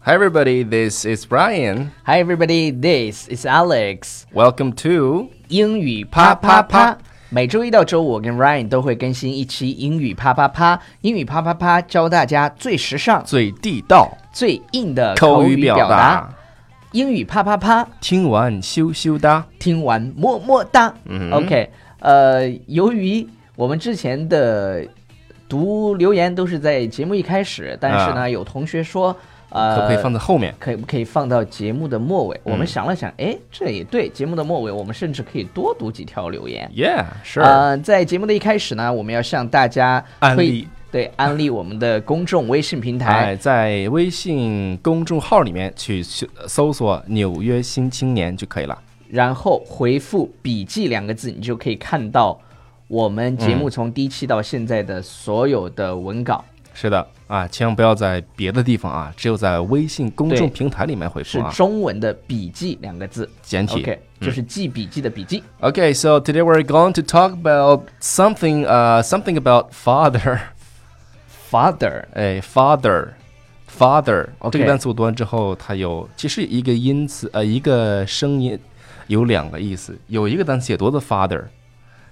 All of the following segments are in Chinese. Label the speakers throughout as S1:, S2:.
S1: Hi, everybody. This is Brian.
S2: Hi everybody, this is Alex。
S1: Welcome to
S2: 英语啪啪
S1: 啪
S2: 啪。每周一到周五，我跟 Ryan 都会更新一期英语啪啪啪。英语啪啪啪教大家最时尚、
S1: 最地道
S2: 最硬的
S1: 口
S2: 口
S1: 语
S2: 语
S1: 表
S2: 表达
S1: 达。。
S2: 英语啪啪啪，
S1: 听完羞羞哒。
S2: 听完么么哒。
S1: 嗯
S2: OK，呃，由于我们之前的读留言都是在节目一开始，但是
S1: 啊
S2: 呢，有同学说，
S1: 可不可以
S2: 呃，
S1: 放在后面？
S2: 可以不可以放到节目的末
S1: 嗯
S2: 尾？我们想了想，哎，这也对。节目的末尾，我们甚至可以多读几条留言。
S1: Yeah, sure.
S2: 呃，在节目的一开始呢，我们要向大家
S1: 安
S2: 推
S1: 利，
S2: 对，安利我们的公众微信平台。
S1: 哎，在微信公众号里面去搜搜索“纽约新青年”就可以了。
S2: 然后回复“笔记”两个字，你就可以看到我们节
S1: 嗯
S2: 目从第一期到现在的所有的文稿。
S1: 是的啊，千万不要在别的地方啊，只有在微信公众
S2: 对
S1: 平台里面回复
S2: 是
S1: 啊，
S2: 中文的“笔记”两个字
S1: 简体。嗯
S2: ，OK，就是记笔记的笔记。
S1: Okay, so today we're going to talk about something, uh, something about father.
S2: Father，
S1: 哎，father。father、
S2: OK
S1: 这个单词我读完之后，它有其实一个音词，呃，一个声音有两个意思，有一个单词也读作 father，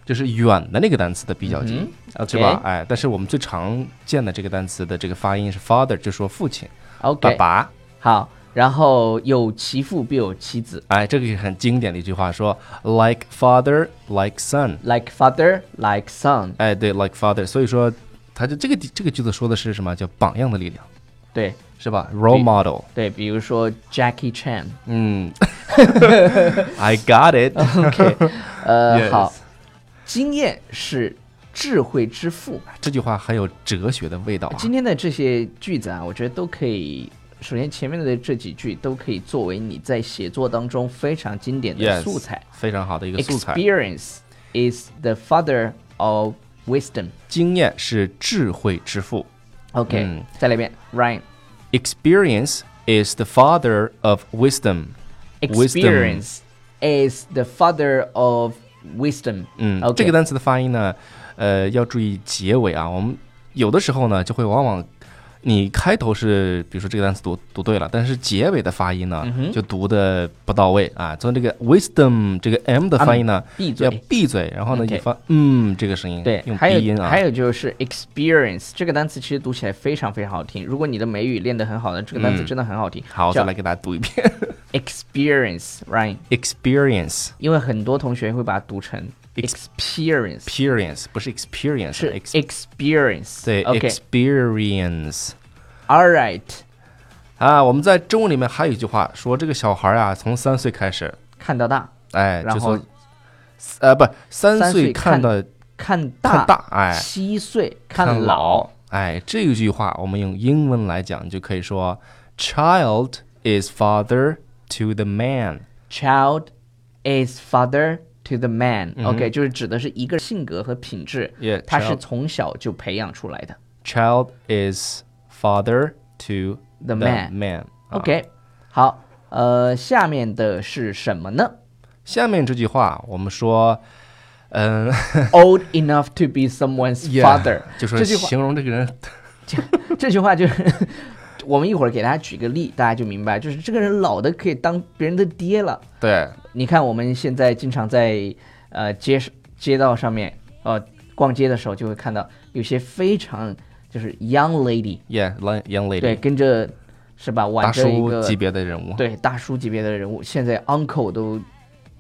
S1: 就是远的那个单词的比较级，
S2: o k
S1: 是吧？哎，但是我们最常见的这个单词的这个发音是 father，就说父亲、
S2: o k
S1: 爸爸。
S2: 好，然后有其父必有其子
S1: 哎，这个是很经典的一句话，说 like father, like son。
S2: ，like father like son。
S1: 哎，对，like father，所以说，它就这个这个句子说的是什么？叫榜样的力量，
S2: 对
S1: 是吧？role
S2: 对
S1: model。
S2: 对，比如说 Jackie Chan。
S1: 嗯，I got it。
S2: OK，呃
S1: Yes
S2: 好，经验是智慧之父。
S1: 这句话很有哲学的味道啊。
S2: 今天的这些句子啊，我觉得都可以。首先，前面的这几句都可以作为你在写作当中非常经典的
S1: Yes，
S2: 素材。
S1: 非常好的一个素材。
S2: Experience is the father of wisdom。
S1: 经验是智慧之父
S2: OK，、
S1: 嗯
S2: 再来一遍，Ryan。
S1: ，experience is the father of wisdom。
S2: Experience is the father of wisdom。
S1: 嗯
S2: OK
S1: 这个单词的发音呢，呃，要注意结尾啊。我们有的时候呢，就会往往你开头是，比如说这个单词读读对了，但是结尾的发音
S2: 嗯
S1: 呢，就读的不到位啊。从这个 wisdom 这个 m 的发音呢，
S2: 啊闭
S1: 要
S2: 嘴。
S1: 闭嘴，然后呢，
S2: OK
S1: 你发嗯这个声音，
S2: 对，
S1: 用
S2: 还
S1: 鼻音
S2: 有
S1: 啊。
S2: 还有就是 experience 这个单词，其实读起来非常非常好听。如果你的美语练得很好的，这个单词
S1: 嗯
S2: 真的很好听。
S1: 好，我再
S2: 叫
S1: 来给大家读一 遍
S2: experience，right？
S1: experience。
S2: 因为很多同学会把它读成
S1: Ex-
S2: experience，
S1: experience 不是 experience 啊
S2: 是
S1: ex-
S2: experience。
S1: 对
S2: OK，all
S1: experience
S2: right，
S1: 啊，我们在中文里面还有一句话说这个小孩啊，从三岁开始，
S2: 看到大，
S1: 哎，
S2: 然
S1: 就
S2: 后
S1: 从呃不三
S2: 三
S1: 岁
S2: 岁
S1: 看
S2: 看
S1: 到
S2: 看
S1: 看
S2: 大，
S1: 大，哎，
S2: 七岁
S1: 看
S2: 看老。，
S1: 哎，这句话我们用英文来讲，你就可以说 child is father to the man，
S2: Child is father to the man、OK，就是指的是一个性格和品质
S1: 嗯 Yeah，
S2: 他是
S1: child
S2: 从小就培养出来的。
S1: child is father to
S2: The man
S1: man 啊
S2: OK，、好，呃，下面的是什么呢
S1: 下面这句话我们说，嗯。
S2: ？Old enough to be someone's father，
S1: 就说
S2: 这 句话
S1: 形容这个人，
S2: 这句话就是。 我们一会儿给大家举个例，大家就明白，就是这个人老的可以当别人的爹了。
S1: 对，
S2: 你看我们现在经常在呃街上街道上面呃逛街的时候，就会看到有些非常就是 young lady，
S1: yeah, young- young lady，
S2: 对，跟着是吧？
S1: 大
S2: 挽着一
S1: 叔
S2: 个
S1: 级别的人物，，
S2: 对大叔级别的人物，现在 uncle 都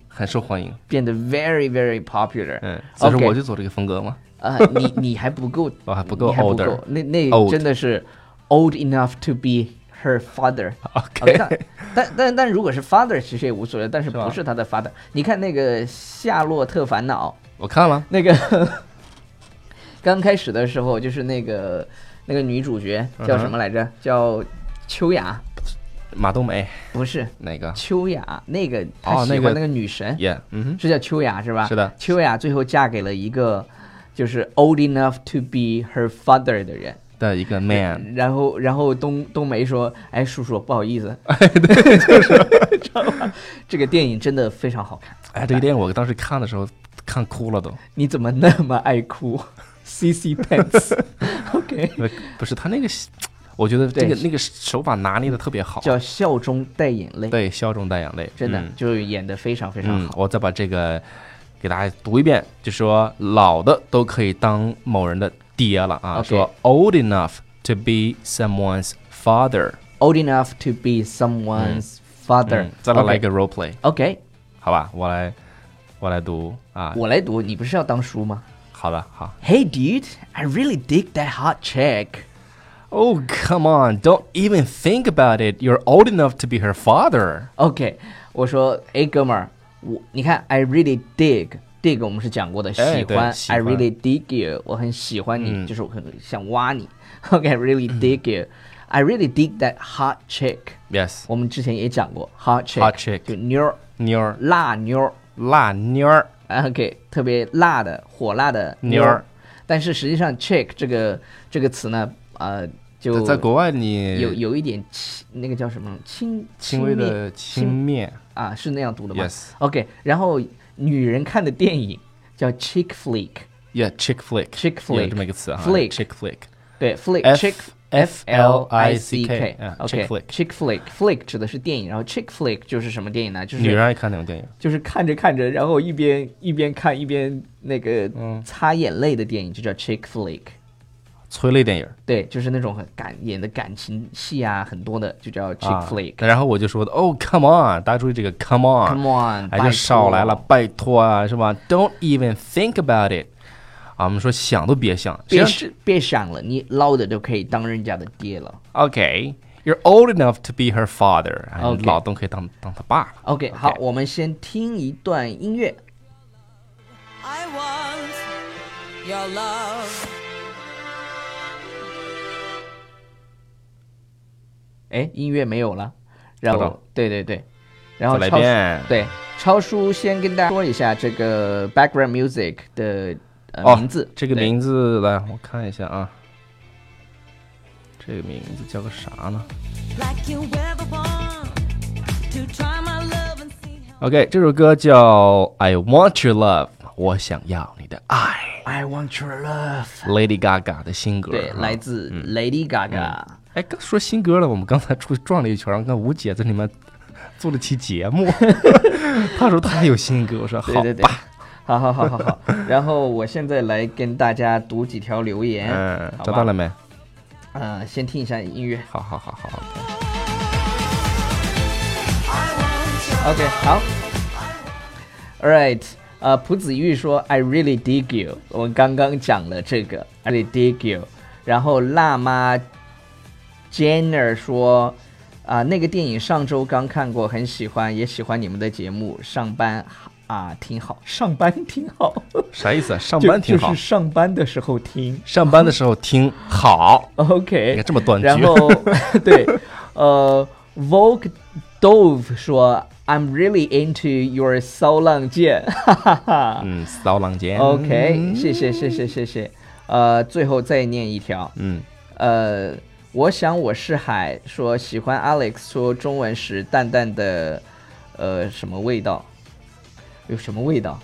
S1: 很受欢迎，
S2: 变得 very very popular。
S1: 嗯，所以说
S2: OK
S1: 我就走这个风格嘛，
S2: 啊、你你还不够，
S1: 我哦还不
S2: 不
S1: 够
S2: 你还不够
S1: older，
S2: 那那
S1: Old
S2: 真的是 old enough to be her father。
S1: OK
S2: 啊但但但但如果是 father，其实也无所谓，但是
S1: 是吧
S2: 不是他的 father。你看那个《夏洛特烦恼》，
S1: 我看了，
S2: 那个刚开始的时候，就是那个那个女主角
S1: 嗯
S2: 叫什么来着？叫秋雅，
S1: 马冬梅
S2: 不是
S1: 哪个
S2: 秋雅，那个
S1: 哦
S2: 她喜
S1: 那个
S2: 欢那个女神，
S1: ？Yeah，嗯
S2: 是叫秋雅是吧？
S1: 是的
S2: 秋雅最后嫁给了一个就是 old enough to be her father 的人。
S1: 哼，的一个 man，
S2: 然后，然后冬冬梅说：“哎，叔叔，不好 意思。”哎， 对，就是，知道吧？这个电影真的非常好看。
S1: 哎，这个电影我当时看的时候看哭了都，
S2: 你怎么那么爱哭？C C Pants，OK，
S1: 不是他那个我觉得这个
S2: 对
S1: 那个手法拿捏的特别好，
S2: 叫笑中带眼泪，
S1: 对，笑中带眼泪，
S2: 真的
S1: 嗯
S2: 就演得非常非常
S1: 嗯，
S2: 好。
S1: 我再把这个给大家读一遍，就说老的都可以当某人的爹了啊
S2: OK
S1: 说 old enough to be someone's father，
S2: Old enough to be someone's father，
S1: 嗯，再来来一
S2: OK
S1: 个 role play，
S2: OK，
S1: 好吧，我来我来读啊，
S2: 我来读，你不是要当叔吗
S1: 好的，好。
S2: ？Hey dude, I really dig that hot chick.
S1: Oh come on! Don't even think about it. You're old enough to be her father.
S2: OK，我说，哎，哥们儿，我你看，I really dig dig，我们是讲过的，喜
S1: 哎对
S2: 欢
S1: 喜
S2: i
S1: 欢
S2: really dig you，我很喜欢你，
S1: 嗯
S2: 就是我很想挖你。OK，I、really dig you，I really dig that hot chick。
S1: Yes，
S2: 我们之前也讲过 hot chick，,
S1: Hot chick
S2: 就妞儿，
S1: 妞儿，
S2: 辣妞儿。
S1: 辣妞儿，
S2: OK，特别辣的、火辣的
S1: 妞
S2: 儿
S1: 儿。
S2: 但是实际上 chick 这个这个词呢，呃，就
S1: 在在国外你
S2: 有有一点轻，那个叫什么轻
S1: 呃轻微的轻
S2: 轻
S1: 蔑
S2: 啊，是那样读的吗
S1: Yes
S2: OK，然后女人看的电影叫 chick flick，
S1: ，Yeah，chick flick，chick
S2: Chick flick
S1: 有这么一个词啊
S2: Flick
S1: ，chick flick，F
S2: 对 flick chick
S1: F L I C K，嗯，chick
S2: OK
S1: flick，
S2: chick flick flick 指的是电影，然后 chick flick 就是什么电影呢？就是
S1: 女人爱看那种电影，
S2: 就是看着看着，然后一边一边看一边那个
S1: 嗯
S2: 擦眼泪的电影，就叫 chick flick。
S1: 催泪电影儿
S2: 对，就是那种很感演的感情戏啊，很多的就叫 chick
S1: 啊
S2: flick。。
S1: 然后我就说的，Oh come on，大家注意这个 come on，
S2: Come on，
S1: 哎，就少来了，。拜托啊，是吧？Don't even think about it，啊，我们说想都别想，谁
S2: 别
S1: 让
S2: 想别想了，你捞的都可以当人家的爹了。
S1: OK。You're old enough to be her father，哎
S2: OK 哦
S1: 老东可以当当他爸了。
S2: OK，好，我们先听一段音乐。
S3: I want your love.
S2: 哎，音乐没有了，然
S1: 好
S2: 后
S1: 的
S2: 对对对，然后
S1: 再来一
S2: 超叔
S1: 遍
S2: 对超叔先跟大家说一下这个 background music 的、呃
S1: 哦
S2: 名字，
S1: 这个
S2: 对
S1: 名字来，我看一下啊，这个名字叫个啥呢
S3: Like you ever want to try my love and see how
S1: ？OK，这首歌叫《I Want Your Love》，我想要你的爱
S2: I want your love，
S1: ，Lady Gaga 的新歌。
S2: 对，
S1: 啊
S2: 来。自 Lady Gaga。
S1: 哎，刚说新歌了，我们刚才出去转了一圈，然后跟吴姐在里面做了期节 目，她说她有新歌，我说好吧。
S2: 对对对， 好好好 好好。然后我现在来跟大家读几条留言，
S1: 嗯，
S2: 哎好吧
S1: 找到了。没？
S2: 呃，先听一下音乐。
S1: 好好好好好。
S2: OK，好。All right，呃，朴子玉说 “I really dig you”，我们刚刚讲了这个 “I really dig you”。然后辣妈 Jenner 说：“啊、那个电影上周刚看过，很喜欢，也喜欢你们的节目。上班啊、挺好，上班挺好，
S1: 啥意思啊？上班挺
S2: 就
S1: 好
S2: 就，是上班的时候听。
S1: 上班的时候听好。你
S2: OK，
S1: 看这么断句。
S2: 然后 对，呃，Vogue Dove 说 I'm really into your 骚浪贱， 哈哈哈。
S1: 嗯，骚浪姐。
S2: OK，谢谢谢谢谢谢，呃，最后再念一条，
S1: 嗯，
S2: 呃，我想我是海说喜欢 Alex 说中文时淡淡的，呃，什么味道？有什么味道？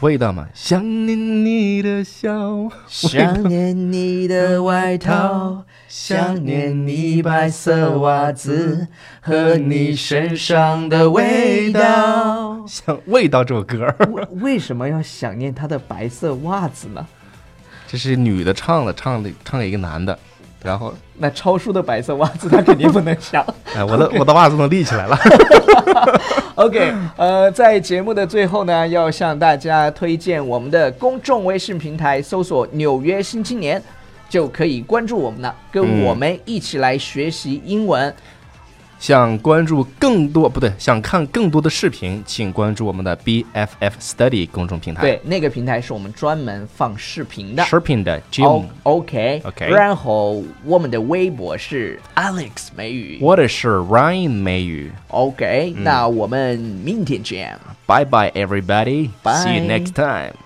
S1: 味道嘛，想念你的笑。
S2: 想念你的外套，想念你白色袜子和你身上的味道。
S1: 像味道这首歌儿，
S2: 为为什么要想念他的白色袜子呢？
S1: 这是女的唱的，唱的唱给一个男的，然后，
S2: 那超叔的白色袜子他肯定不能 想。
S1: 哎，我的我的袜子都立起来了。
S2: OK，呃，在节目的最后呢，要向大家推荐我们的公众微信平台，搜索“纽约新青年”，就可以关注我们了，跟
S1: 嗯
S2: 我们一起来学习英文。
S1: 想关注更多不对，想看更多的视频，请关注我们的 BFF Study 公众平台。
S2: 对，那个平台是我们专门放视频的。
S1: 视频的
S2: O
S1: Jim，
S2: OK
S1: OK
S2: 然后我们的微博是 Alex 美语。
S1: 我的嗯是 Ryan 美语。
S2: OK，、那我们明天见。
S1: Bye bye everybody. See you
S2: Bye
S1: next time.